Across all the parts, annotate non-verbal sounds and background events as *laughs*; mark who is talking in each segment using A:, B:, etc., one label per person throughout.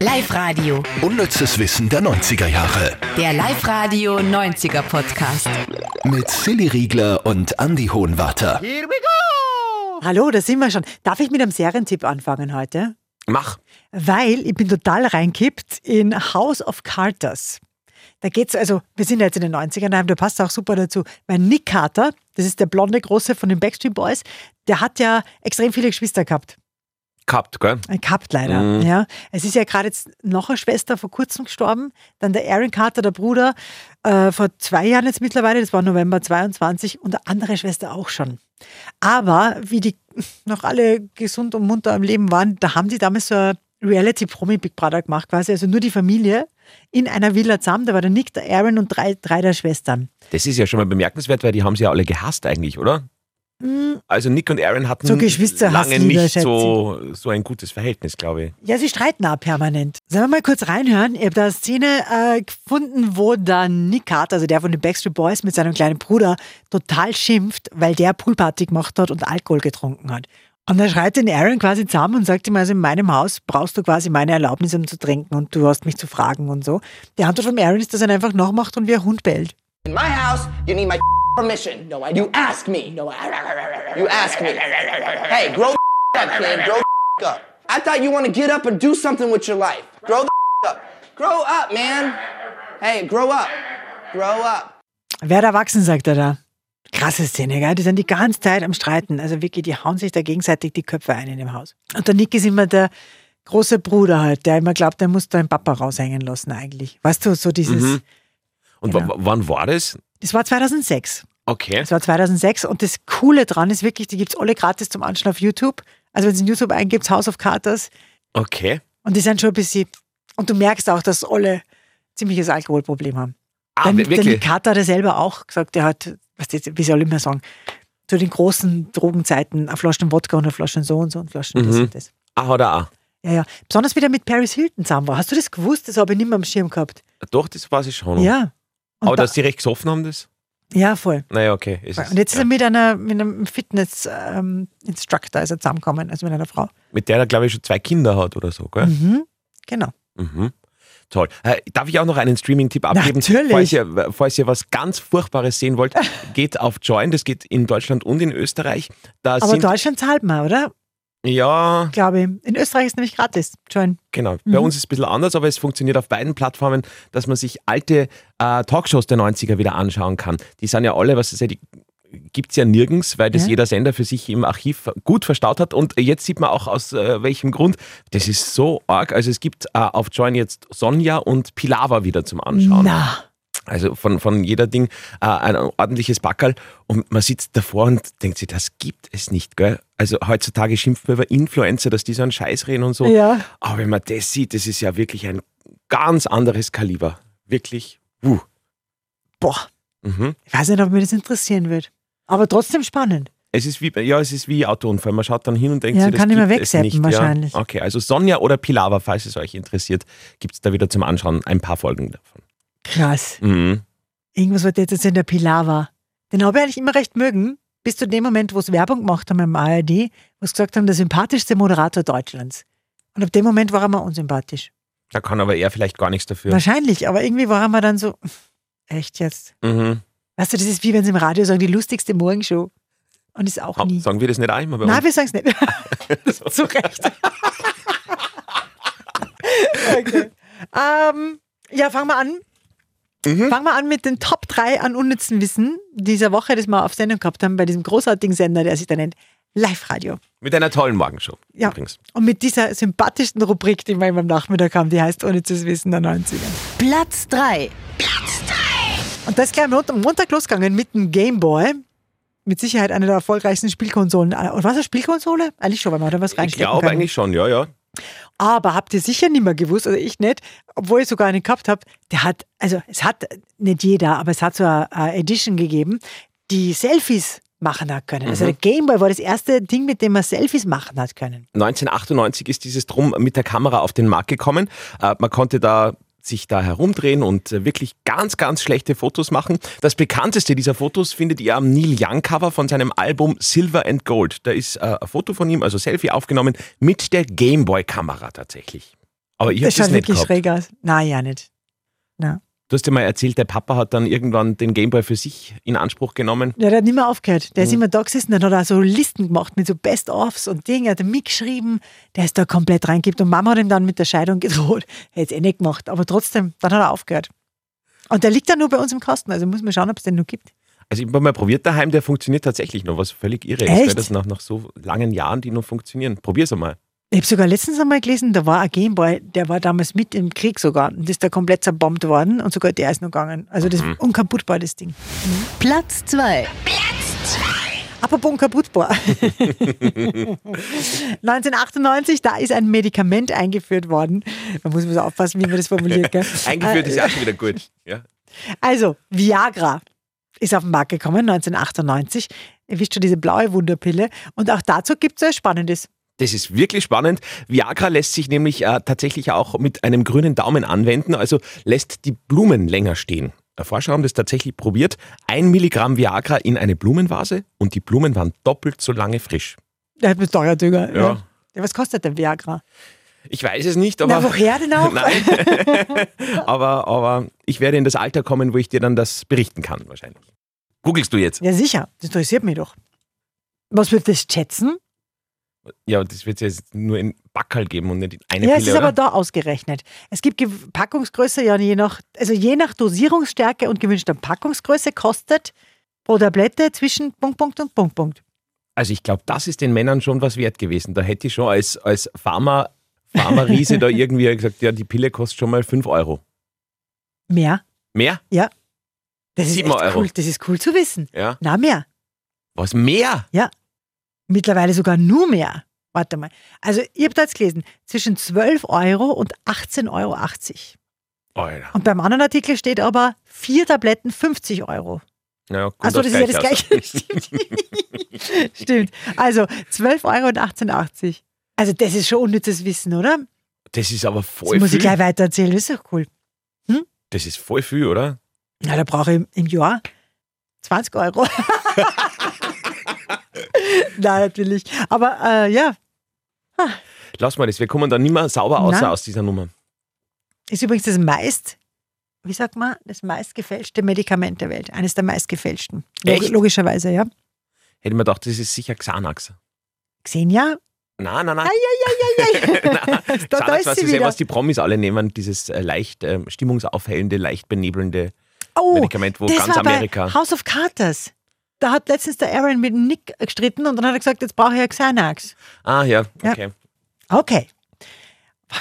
A: Live-Radio.
B: Unnützes Wissen der 90er Jahre.
A: Der Live-Radio 90er Podcast.
B: Mit Silly Riegler und Andy Hohenwarter.
C: Hallo, da sind wir schon. Darf ich mit einem Serientipp anfangen heute?
D: Mach.
C: Weil ich bin total reinkippt in House of Carters. Da geht's also, wir sind ja jetzt in den 90ern, daheim, der passt auch super dazu, weil Nick Carter, das ist der blonde Große von den Backstreet Boys, der hat ja extrem viele Geschwister gehabt.
D: Gehabt, gell?
C: Äh, Gehabt leider, ja. Es ist ja gerade jetzt noch eine Schwester vor kurzem gestorben, dann der Aaron Carter, der Bruder, äh, vor zwei Jahren jetzt mittlerweile, das war November 22 und eine andere Schwester auch schon. Aber wie die noch alle gesund und munter am Leben waren, da haben die damals so ein Reality-Promi-Big Brother gemacht quasi, also nur die Familie in einer Villa zusammen, da war der Nick, der Aaron und drei, drei der Schwestern.
D: Das ist ja schon mal bemerkenswert, weil die haben sie ja alle gehasst eigentlich, oder? Also Nick und Aaron hatten
C: Mhm. So Geschwisterhass
D: lange
C: lieber,
D: nicht
C: schätze
D: so, so ein gutes Verhältnis, glaube ich.
C: Ja, sie streiten auch permanent. Sollen wir mal kurz reinhören? Ich habe da eine Szene äh, gefunden, wo dann Nick Carter, also der von den Backstreet Boys, mit seinem kleinen Bruder total schimpft, weil der Poolparty gemacht hat und Alkohol getrunken hat. Und da schreit den Aaron quasi zusammen und sagt ihm, also in meinem Haus brauchst du quasi meine Erlaubnis, um zu trinken und du hast mich zu fragen und so. Die Antwort von Aaron ist, dass er ihn einfach nachmacht und wie ein Hund bellt.
E: In my house, you need my *laughs* permission. No, I You ask me. No, I You ask me. Hey, grow the *laughs* up, kid. Grow the *laughs* up. I thought you want to get up and do something with your life. Grow the *laughs* up. Grow up, man. Hey, grow up. Grow up.
C: Werde erwachsen, sagt er da. Krasse Szene, gell? Die sind die ganze Zeit am Streiten. Also wirklich, die hauen sich da gegenseitig die Köpfe ein in dem Haus. Und der Nick ist immer der große Bruder halt, der immer glaubt, er muss da einen Papa raushängen lassen eigentlich. Weißt du, so dieses...
D: Und
C: Genau.
D: wa- wa- wann war das?
C: Das war 2006.
D: Okay.
C: Das war 2006 und das Coole dran ist wirklich, die gibt's alle gratis zum Anschauen auf YouTube. Also wenn du in YouTube eingibst, House of Carters,
D: Okay.
C: und die sind schon ein bisschen... Und du merkst auch, dass alle ziemliches Alkoholproblem haben.
D: Ah,
C: Dann,
D: wi-
C: der
D: wirklich?
C: Nick Carter hat er selber auch gesagt, er hat, was jetzt, wie soll ich mal sagen, zu den großen Drogenzeiten eine Flasche Wodka und eine Flasche so und so und Flaschen das
D: Mhm.
C: und das.
D: Ah, oder ah.
C: Ja, ja. Besonders wie der mit Paris Hilton zusammen war. Hast du das gewusst? Das habe ich nicht mehr am Schirm gehabt.
D: Doch, das weiß ich schon.
C: Ja. Und
D: Oh. Aber
C: da,
D: dass die recht gesoffen haben, das?
C: ja, voll.
D: Naja, okay. Es
C: Und jetzt ist er mit einer mit einem Fitness-Instructor also zusammengekommen, also mit einer Frau.
D: Mit der er, glaube ich, schon zwei Kinder hat oder so, gell?
C: Mhm. Genau.
D: Mhm. Toll. Äh, darf ich auch noch einen Streaming-Tipp abgeben?
C: Natürlich.
D: Falls ihr, falls ihr was ganz Furchtbares sehen wollt, *laughs* geht auf Join. Das geht in Deutschland und in Österreich. Da
C: Aber
D: sind,
C: Deutschland zahlt mal, oder?
D: ja,
C: Glaube ich. In Österreich ist nämlich gratis. Join.
D: genau. Bei
C: Mhm.
D: uns ist es ein bisschen anders, aber es funktioniert auf beiden Plattformen, dass man sich alte äh, Talkshows der 90er wieder anschauen kann. Die sind ja alle, was ist ja die gibt es ja nirgends, weil das
C: Ja.
D: jeder Sender für sich im Archiv gut verstaut hat. Und jetzt sieht man auch aus äh, welchem Grund. Das ist so arg. Also es gibt äh, auf Join jetzt Sonja und Pilava wieder zum Anschauen.
C: Na.
D: Also von, von jeder Ding äh, ein ordentliches Backerl und man sitzt davor und denkt sich, das gibt es nicht, gell? Also heutzutage schimpft man über Influencer, dass die so einen Scheiß reden und so.
C: Ja.
D: Aber wenn man das sieht, das ist ja wirklich ein ganz anderes Kaliber. Wirklich. Uh.
C: Boah.
D: Mhm.
C: Ich weiß nicht, ob mir das interessieren wird. Aber trotzdem spannend.
D: Es ist wie ja, es ist wie Autounfall. Man schaut dann hin und denkt
C: Ja,
D: sich, das
C: kann ich
D: gibt
C: mir
D: es
C: wegzappen
D: nicht.
C: wahrscheinlich.
D: Ja. Okay, also Sonja oder Pilava, falls es euch interessiert, gibt es da wieder zum Anschauen ein paar Folgen davon.
C: Krass.
D: Mhm.
C: Irgendwas wird jetzt erzählen, der Pilar Den habe ich eigentlich immer recht mögen, bis zu dem Moment, wo es Werbung gemacht haben im ARD, wo sie gesagt haben, der sympathischste Moderator Deutschlands. Und ab dem Moment war er mal unsympathisch.
D: Da kann aber er vielleicht gar nichts dafür.
C: Wahrscheinlich, aber irgendwie war er mal dann so, echt jetzt?
D: Mhm.
C: Weißt du, das ist wie wenn sie im Radio sagen, die lustigste Morgenshow. Und ist auch
D: Ha-
C: nie.
D: Sagen wir das nicht einmal bei uns?
C: Nein, wir sagen es nicht. *laughs* Zu Recht.
D: *laughs*
C: okay. ähm, ja, fangen wir an.
D: Mhm.
C: Fangen wir an mit den Top 3 an unnützen Wissen dieser Woche, das wir auf Sendung gehabt haben, bei diesem großartigen Sender, der sich da nennt Live-Radio.
D: Mit einer tollen Morgenshow
C: Ja.
D: übrigens.
C: Und mit dieser sympathischsten Rubrik, die wir immer am Nachmittag haben, die heißt Unnützes Wissen der 90er.
A: Platz 3.
C: Und das ist gleich am Mont- am Montag losgegangen mit dem Gameboy. Mit Sicherheit eine der erfolgreichsten Spielkonsolen. äh, Und was eine Spielkonsole? Eigentlich schon, weil man da was
D: Ich
C: reinstecken
D: glaube
C: kann.
D: eigentlich schon, ja, ja.
C: Aber habt ihr sicher nicht mehr gewusst, also ich nicht, obwohl ich sogar einen gehabt habe, der hat, also es hat nicht jeder, aber es hat so eine, eine Edition gegeben, die Selfies machen hat können. Also
D: Mhm.
C: der Gameboy war das erste Ding, mit dem man Selfies machen hat können.
D: 1998 ist dieses Drum mit der Kamera auf den Markt gekommen. Äh, man konnte da sich da herumdrehen und äh, wirklich ganz, ganz schlechte Fotos machen. Das bekannteste dieser Fotos findet ihr am Neil Young Cover von seinem Album Silver and Gold. Da ist äh, ein Foto von ihm, also Selfie aufgenommen, mit der Gameboy-Kamera tatsächlich. Aber ich
C: Das
D: habe das
C: schaut
D: nicht
C: wirklich
D: gehabt.
C: schräg aus. Nein, ja nicht.
D: Du hast ja mal erzählt, der Papa hat dann irgendwann den Gameboy für sich in Anspruch genommen.
C: Ja, der hat nicht mehr aufgehört.
D: Mhm.
C: Der ist immer da gesessen, dann hat er auch so Listen gemacht mit so Best-ofs und Dinge, hat er mitgeschrieben, der ist da komplett reingibt. Und Mama hat ihm dann mit der Scheidung *laughs* gedroht. Hätte es eh nicht gemacht, aber trotzdem, dann hat er aufgehört. Und der liegt dann nur bei uns im Kasten, also muss man schauen, ob es den noch gibt.
D: Also ich habe mal probiert daheim, der funktioniert tatsächlich noch, was völlig irre ist, weil
C: Echt?
D: das nach, nach so langen Jahren, die noch funktionieren. Probier's einmal.
C: Ich habe sogar letztens einmal gelesen, da war ein Gameboy, der war damals mit im Krieg sogar. Und ist da komplett zerbombt worden und sogar der ist noch gegangen. Also das
D: Mhm.
C: ist unkaputtbar, das Ding.
A: Platz 2.
C: Apropos unkaputtbar.
D: *laughs*
C: 1998, da ist ein Medikament eingeführt worden. Man muss mal so aufpassen, wie man das formuliert. Gell?
D: *laughs* Eingeführt
C: Äh,
D: ist ja auch schon wieder gut. Ja.
C: Also, Viagra ist auf den Markt gekommen, 1998. Ihr wisst schon, diese blaue Wunderpille. Und auch dazu gibt es Spannendes.
D: Das ist wirklich spannend. Viagra lässt sich nämlich äh, tatsächlich auch mit einem grünen Daumen anwenden, also lässt die Blumen länger stehen. Forscher haben das tatsächlich probiert. Ein Milligramm Viagra in eine Blumenvase und die Blumen waren doppelt so lange frisch.
C: Da hat man teuer, Dünger.
D: Ja.
C: Ja, was kostet denn Viagra?
D: Ich weiß es nicht, aber.
C: Na, woher denn auch?
D: *laughs* Nein. aber, aber ich werde in das Alter kommen, wo ich dir dann das berichten kann, wahrscheinlich. Googlest du jetzt?
C: Ja, sicher. Das interessiert mich doch. Was wird das schätzen?
D: Ja, das wird es jetzt nur in Backerl geben und nicht in eine
C: ja,
D: Pille,
C: es ist aber
D: oder?
C: da ausgerechnet. Es gibt Ge- Packungsgröße, ja, je nach, also je nach Dosierungsstärke und gewünschter Packungsgröße kostet pro Tablette zwischen Punkt, Punkt und Punkt, Punkt.
D: Also ich glaube, das ist den Männern schon was wert gewesen. Da hätte ich schon als, als Pharma,
C: *laughs*
D: Pharma-Riese da irgendwie gesagt, ja, die Pille kostet schon mal 5 Euro.
C: Mehr?
D: Mehr?
C: Das ist
D: Sieben
C: echt
D: Euro.
C: cool. Das ist cool zu wissen.
D: Ja.
C: Na, mehr.
D: Was mehr?
C: Mittlerweile sogar nur mehr. Warte mal. Also, ihr habt da jetzt gelesen, zwischen 12 Euro und 18,80 Euro.
D: Alter.
C: Und beim anderen Artikel steht aber vier Tabletten 50 Euro.
D: Naja, kommt
C: Achso,
D: aufs
C: das ist ja das
D: Gleiche aus.
C: Gleiche. *laughs* Stimmt. Stimmt. Also 12 Euro und 18,80. Also das ist schon unnützes Wissen, oder?
D: Das ist aber
C: Das
D: voll
C: muss ich
D: viel.
C: gleich weitererzählen, das ist doch cool.
D: Das ist voll viel, oder?
C: Na, da brauche ich im, im Jahr 20 Euro. *laughs* Nein, natürlich. Aber äh, ja,
D: Lass mal das, wir kommen da nicht mehr sauber außer
C: Nein.
D: aus dieser Nummer.
C: ist übrigens das meist, wie sagt man, das meist gefälschte Medikament der Welt. Eines der meist gefälschten. Log
D: Echt?
C: Logischerweise, ja.
D: Hätte man gedacht, das ist sicher Xanax.
C: Xenia,
D: Nein, nein, nein. *laughs*
C: Eieieiei. *laughs*
D: Nein,
C: Da- da
D: Xanax,
C: ist
D: weißt
C: sie
D: du selber,
C: wieder.
D: was die Promis alle nehmen, dieses äh, leicht ähm, stimmungsaufhellende, leicht benebelnde
C: Oh,
D: Medikament, wo
C: das
D: ganz
C: war
D: Amerika.
C: Bei House of Carters. Da hat letztens der Aaron mit dem Nick gestritten und dann hat er gesagt, jetzt brauche ich ja Xanax.
D: Ah ja,
C: Ja.
D: okay.
C: Okay.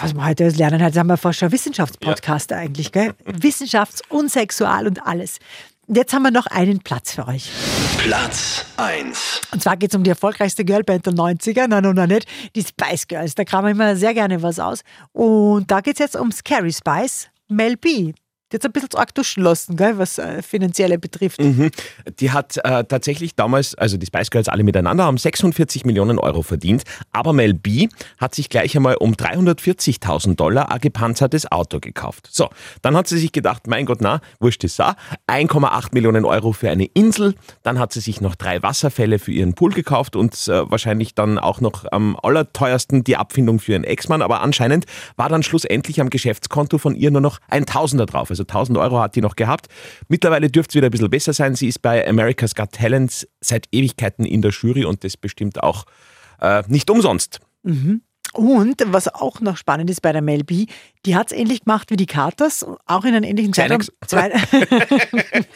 C: Was wir heute alles lernen, heute sind wir fast schon ein Wissenschaftspodcast eigentlich, gell? Wissenschafts- und Sexual und alles. Und Jetzt haben wir noch einen Platz für euch.
B: Platz 1.
C: Und zwar geht es um die erfolgreichste Girlband der 90er, nein, nein, nein, nicht, die Spice Girls. Da kam immer sehr gerne was aus. Und da geht es jetzt um Scary Spice, Mel B. Die hat ein bisschen zu arg durchschlossen, gell, was äh, Finanzielle betrifft.
D: Mhm. Die hat äh, tatsächlich damals, also die Spice Girls alle miteinander, haben 46 Millionen Euro verdient. Aber Mel B hat sich gleich einmal um 340.000 Dollar ein gepanzertes Auto gekauft. So, dann hat sie sich gedacht, mein Gott, na, wurscht ist da. 1,8 Millionen Euro für eine Insel. Dann hat sie sich noch drei Wasserfälle für ihren Pool gekauft und äh, wahrscheinlich dann auch noch am allerteuersten die Abfindung für ihren Ex-Mann. Aber anscheinend war dann schlussendlich am Geschäftskonto von ihr nur noch ein Tausender drauf. Also 1000 Euro hat die noch gehabt. Mittlerweile dürfte es wieder ein bisschen besser sein. Sie ist bei America's Got Talents seit Ewigkeiten in der Jury und das bestimmt auch äh, nicht umsonst.
C: Und was auch noch spannend ist bei der Mel B, die hat es ähnlich gemacht wie die Carters, auch in einem ähnlichen Zeitraum.
D: Xanax.
C: Zwei- *laughs*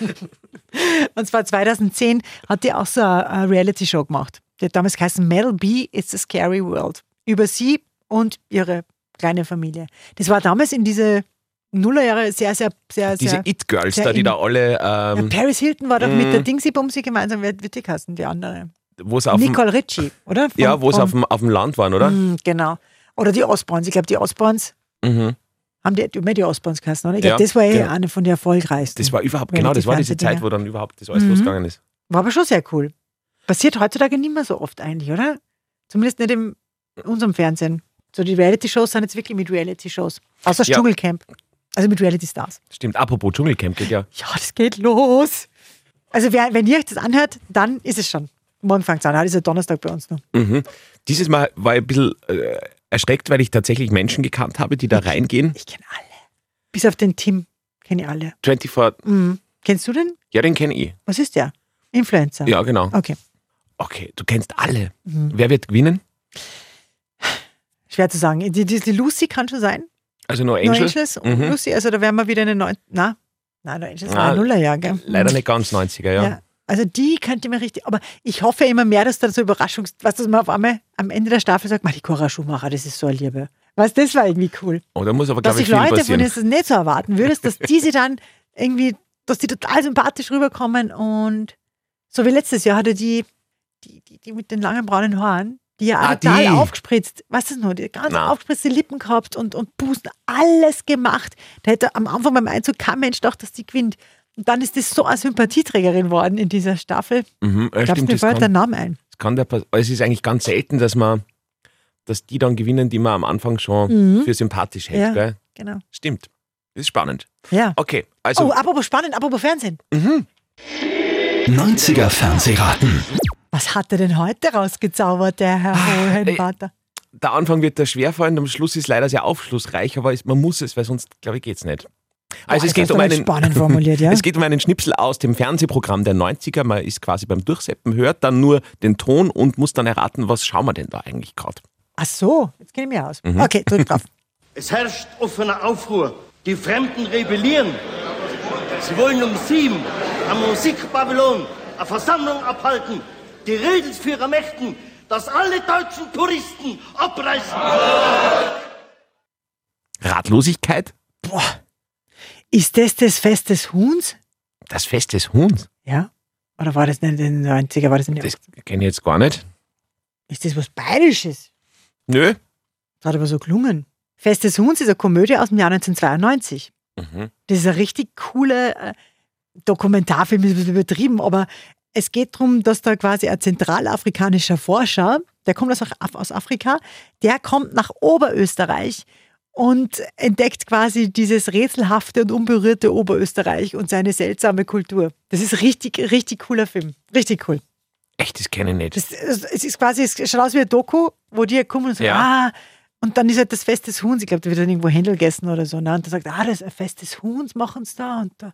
C: Und zwar 2010 hat die auch so eine eine Reality-Show gemacht. Die hat damals geheißen Mel B is a Scary World. Über sie und ihre kleine Familie. Das war damals in diese Nullerjahre sehr, sehr, sehr,
D: Diese
C: sehr.
D: It Girls
C: sehr
D: da, die
C: in-
D: da alle,
C: Ja,
D: ähm,
C: Paris Hilton war doch mit der Dingsy Bumsy gemeinsam, wer wird die heißen, die andere?
D: wo es auf dem,
C: Nicole Ritchie, oder? Von-
D: ja, wo es
C: von-
D: auf dem, auf dem Land waren, oder?
C: Mm, genau. Oder die Osborns. Ich glaube, die Osborns
D: Mhm.
C: haben die, die, haben die Osborns geheißen, oder? Ich glaube,
D: Ja,
C: das war eh
D: genau.
C: eine von den erfolgreichsten.
D: Das war überhaupt,
C: Wenn
D: genau,
C: die
D: das war diese
C: Fernsehdinger.
D: Zeit, wo dann überhaupt das alles
C: Mhm.
D: losgegangen ist.
C: War aber schon sehr cool. Passiert heutzutage nicht mehr so oft eigentlich, oder? Zumindest nicht im, in unserem Fernsehen. So die Reality-Shows sind jetzt wirklich mit Reality-Shows. Außer das
D: Ja.
C: Dschungelcamp. Also mit Reality-Stars.
D: Stimmt, apropos Dschungelcamp geht ja.
C: Ja, das geht los. Also wer, wenn ihr euch das anhört, dann ist es schon. Morgen fängt es an. Heute ist ja Donnerstag bei uns noch.
D: Mhm. Dieses Mal war ich ein bisschen äh, erschreckt, weil ich tatsächlich Menschen gekannt habe, die da reingehen.
C: Ich kenne alle. Bis auf den Tim kenne ich alle.
D: 24,
C: Mhm. Kennst du den?
D: ja, den kenne ich.
C: Was ist der? Influencer.
D: Ja, genau.
C: Okay.
D: Okay, du kennst alle.
C: Mhm.
D: Wer wird gewinnen?
C: Schwer zu sagen. Die, die, die Lucy kann schon sein.
D: Also nur
C: No
D: Angel?
C: Angels und
D: Mhm.
C: Lucy. Also da wären wir wieder eine neun. Na, nein, No Angels war
D: Ah,
C: ein Nullerjahr, gell?
D: Leider nicht ganz 90er, ja.
C: Ja. Also die könnte man richtig, aber ich hoffe ja immer mehr, dass da so Überraschungs, was dass man auf einmal am Ende der Staffel sagt, "Ma, die Cora Schumacher, das ist so eine Liebe. Was, das war irgendwie cool.
D: Oh, da muss aber,
C: Dass
D: glaube ich,
C: sich
D: viel
C: Leute, von
D: passieren.
C: denen du es nicht so erwarten würdest, dass die sie dann irgendwie, dass die total sympathisch rüberkommen und so wie letztes Jahr hatte die, die, die, die mit den langen braunen Haaren, die ja
D: Ah,
C: total
D: die.
C: aufgespritzt, weißt du noch, die ganz
D: Na.
C: aufgespritzte Lippen gehabt und, und Busen, alles gemacht. Da hätte am Anfang beim Einzug kein Mensch gedacht, dass die gewinnt. Und dann ist das so eine Sympathieträgerin worden in dieser Staffel.
D: Mhm, ja,
C: Ich glaube,
D: stimmt,
C: mir
D: das
C: fällt der
D: kann,
C: Name ein.
D: das kann der, pass- aber es ist eigentlich ganz selten, dass man, dass die dann gewinnen, die man am Anfang schon
C: Mhm.
D: für sympathisch hält.
C: Ja.
D: Gell?
C: Genau.
D: Stimmt. Das ist spannend.
C: Ja.
D: Okay, also
C: oh, apropos spannend, apropos Fernsehen.
B: 90er Fernsehraten.
C: Was hat er denn heute rausgezaubert, der
D: Ah,
C: Herr Hohenvater?
D: der Anfang wird da schwerfallen, am Schluss ist leider sehr aufschlussreich, aber es- man muss es, weil sonst, glaube ich, geht's nicht. Also
C: Boah,
D: es
C: das
D: geht
C: hast
D: um
C: du aber
D: einen, *clears throat*
C: spannend formuliert, ja.
D: *laughs* es geht um einen Schnipsel aus dem Fernsehprogramm der 90er. Man ist quasi beim Durchseppen, hört dann nur den Ton und muss dann erraten, was schauen wir denn da eigentlich gerade.
C: Ach so, jetzt kenne ich mich aus.
D: Mhm.
C: Okay, drück drauf.
F: Es herrscht offener Aufruhr. Die Fremden rebellieren. Sie wollen um sieben am Musikbabylon eine Versammlung abhalten. Die Redensführer möchten, dass alle deutschen Touristen abreisen.
D: Ratlosigkeit,
C: Ist das das Fest des Huhns?
D: das Fest des Huhns.
C: Ja. Oder war das nicht in den 90er? War das in den
D: Das kenne ich jetzt gar nicht.
C: Ist das was Bayerisches?
D: Nö.
C: Das hat aber so gelungen. Fest des Huhns ist eine Komödie aus dem Jahr 1992. Das ist ein richtig cooler äh, Dokumentarfilm, ist ein bisschen übertrieben, aber es geht darum, dass da quasi ein zentralafrikanischer Forscher, der kommt aus, Af- aus Afrika, der kommt nach Oberösterreich und entdeckt quasi dieses rätselhafte und unberührte Oberösterreich und seine seltsame Kultur. Das ist richtig, richtig cooler Film. Richtig cool.
D: Echt, das kenne ich nicht.
C: Das, es es ist quasi, es schaut aus wie ein Doku, wo die kommen und sagen,
D: Ja.
C: ah, und dann ist halt das Fest des Huhns. Ich glaube, da wird dann irgendwo Händel gegessen oder so. Ne? Und dann sagt, ah, das ist ein Fest des Huhns, machen sie da und da.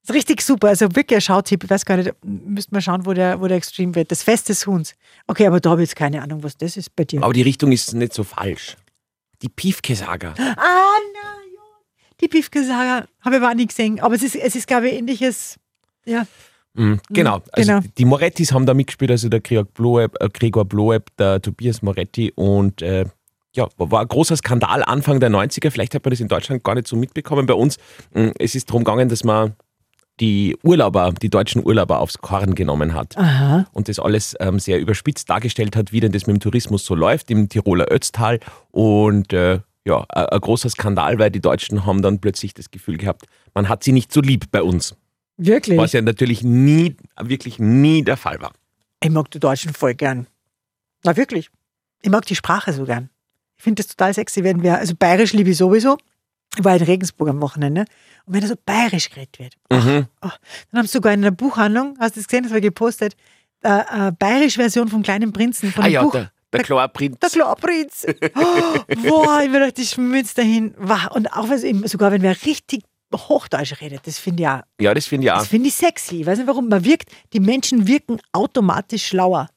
C: Das ist richtig super. Also wirklich ein Schautipp. Ich weiß gar nicht, müsste man schauen, wo der, wo der Extreme wird. Das Fest des Huhns. Okay, aber da habe ich jetzt keine Ahnung, was das ist bei dir.
D: Aber die Richtung ist nicht so falsch. Die Piefke-Saga.
C: Ah, na, ja. Die Piefke-Saga habe ich aber auch nie gesehen. Aber es ist, es ist glaube ich, ähnliches. Ja.
D: Mhm, Genau. Also
C: genau.
D: Die Morettis haben da mitgespielt, also der Gregor Bloeb, äh, Gregor Bloeb der Tobias Moretti und äh, ja, war war ein großer Skandal Anfang der 90er. Vielleicht hat man das in Deutschland gar nicht so mitbekommen. Bei uns, mh, es ist darum gegangen, dass man die Urlauber, die deutschen Urlauber aufs Korn genommen hat.
C: Aha.
D: und das alles ähm, sehr überspitzt dargestellt hat, wie denn das mit dem Tourismus so läuft im Tiroler Ötztal. Und äh, ja, ein ein großer Skandal, weil die Deutschen haben dann plötzlich das Gefühl gehabt, man hat sie nicht so lieb bei uns.
C: Wirklich?
D: Was ja natürlich nie, wirklich nie der Fall war.
C: Ich mag die Deutschen voll gern. Na wirklich. Ich mag die Sprache so gern. Ich finde das total sexy, wenn wir, also bayerisch liebe ich sowieso. Ich war in Regensburg am Wochenende. Und wenn da so bayerisch geredet wird,
D: Mhm.
C: ach, dann haben sie sogar in einer Buchhandlung, hast du das gesehen, das war gepostet, äh, äh, bayerische Version vom kleinen Prinzen, von
D: Ah
C: dem
D: ja,
C: Buch.
D: der, der Chlorprinz.
C: Der Klopritz. Oh,
D: *laughs*
C: Boah, ich mir gedacht, die schmilzt dahin. Wah, Und auch wenn sie- sogar wenn wer richtig Hochdeutsch redet, das finde ich auch,
D: Ja, das finde ich auch.
C: das finde ich sexy. Ich weiß nicht warum, man wirkt, die Menschen wirken automatisch schlauer.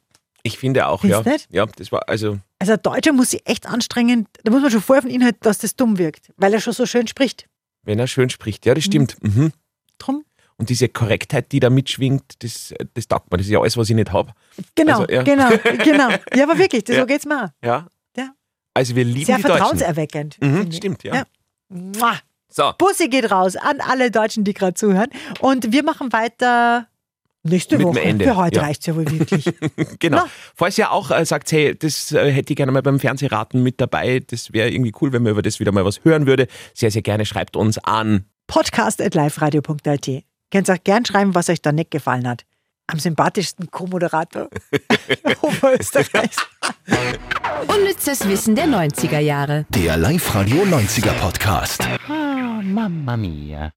D: Ich finde auch, ja.
C: Findest nicht?
D: Ja, das war also.
C: Also ein Deutscher muss sich echt anstrengen, da muss man schon vorher von Inhalt, dass das dumm wirkt, weil er schon so schön spricht.
D: Wenn er schön spricht, ja, das stimmt. Mhm.
C: Drum.
D: Und diese Korrektheit, die da mitschwingt, das, das taugt mir. Das ist ja alles, was ich nicht habe.
C: Genau,
D: Also, ja.
C: genau, genau. Ja, aber wirklich, das,
D: Ja.
C: so geht's mal.
D: Ja.
C: Ja.
D: Also wir lieben
C: Sehr
D: die Deutschen.
C: vertrauenserweckend.
D: Mhm,
C: finde ich.
D: stimmt, ja.
C: Ja. Mua.
D: So,
C: Bussi geht raus an alle Deutschen, die gerade zuhören. Und wir machen weiter nächste
D: Mit dem
C: Woche.
D: Ende,
C: Für heute
D: ja.
C: reicht's ja wohl
D: *laughs*
C: wirklich.
D: genau.
C: Na.
D: Falls ihr auch äh, sagt, hey, das äh, hätte ich gerne mal beim Fernsehraten mit dabei, das wäre irgendwie cool, wenn man über das wieder mal was hören würde. Sehr, sehr gerne schreibt uns an.
C: Podcast.liferadio.at. Könnt auch gern schreiben, was euch da nicht gefallen hat. Am sympathischsten
D: *laughs*
C: Co-Moderator Oberösterreichs.
A: Unnützes Wissen der 90er Jahre.
B: Der Live-Radio 90er Podcast.
G: Mamma mia.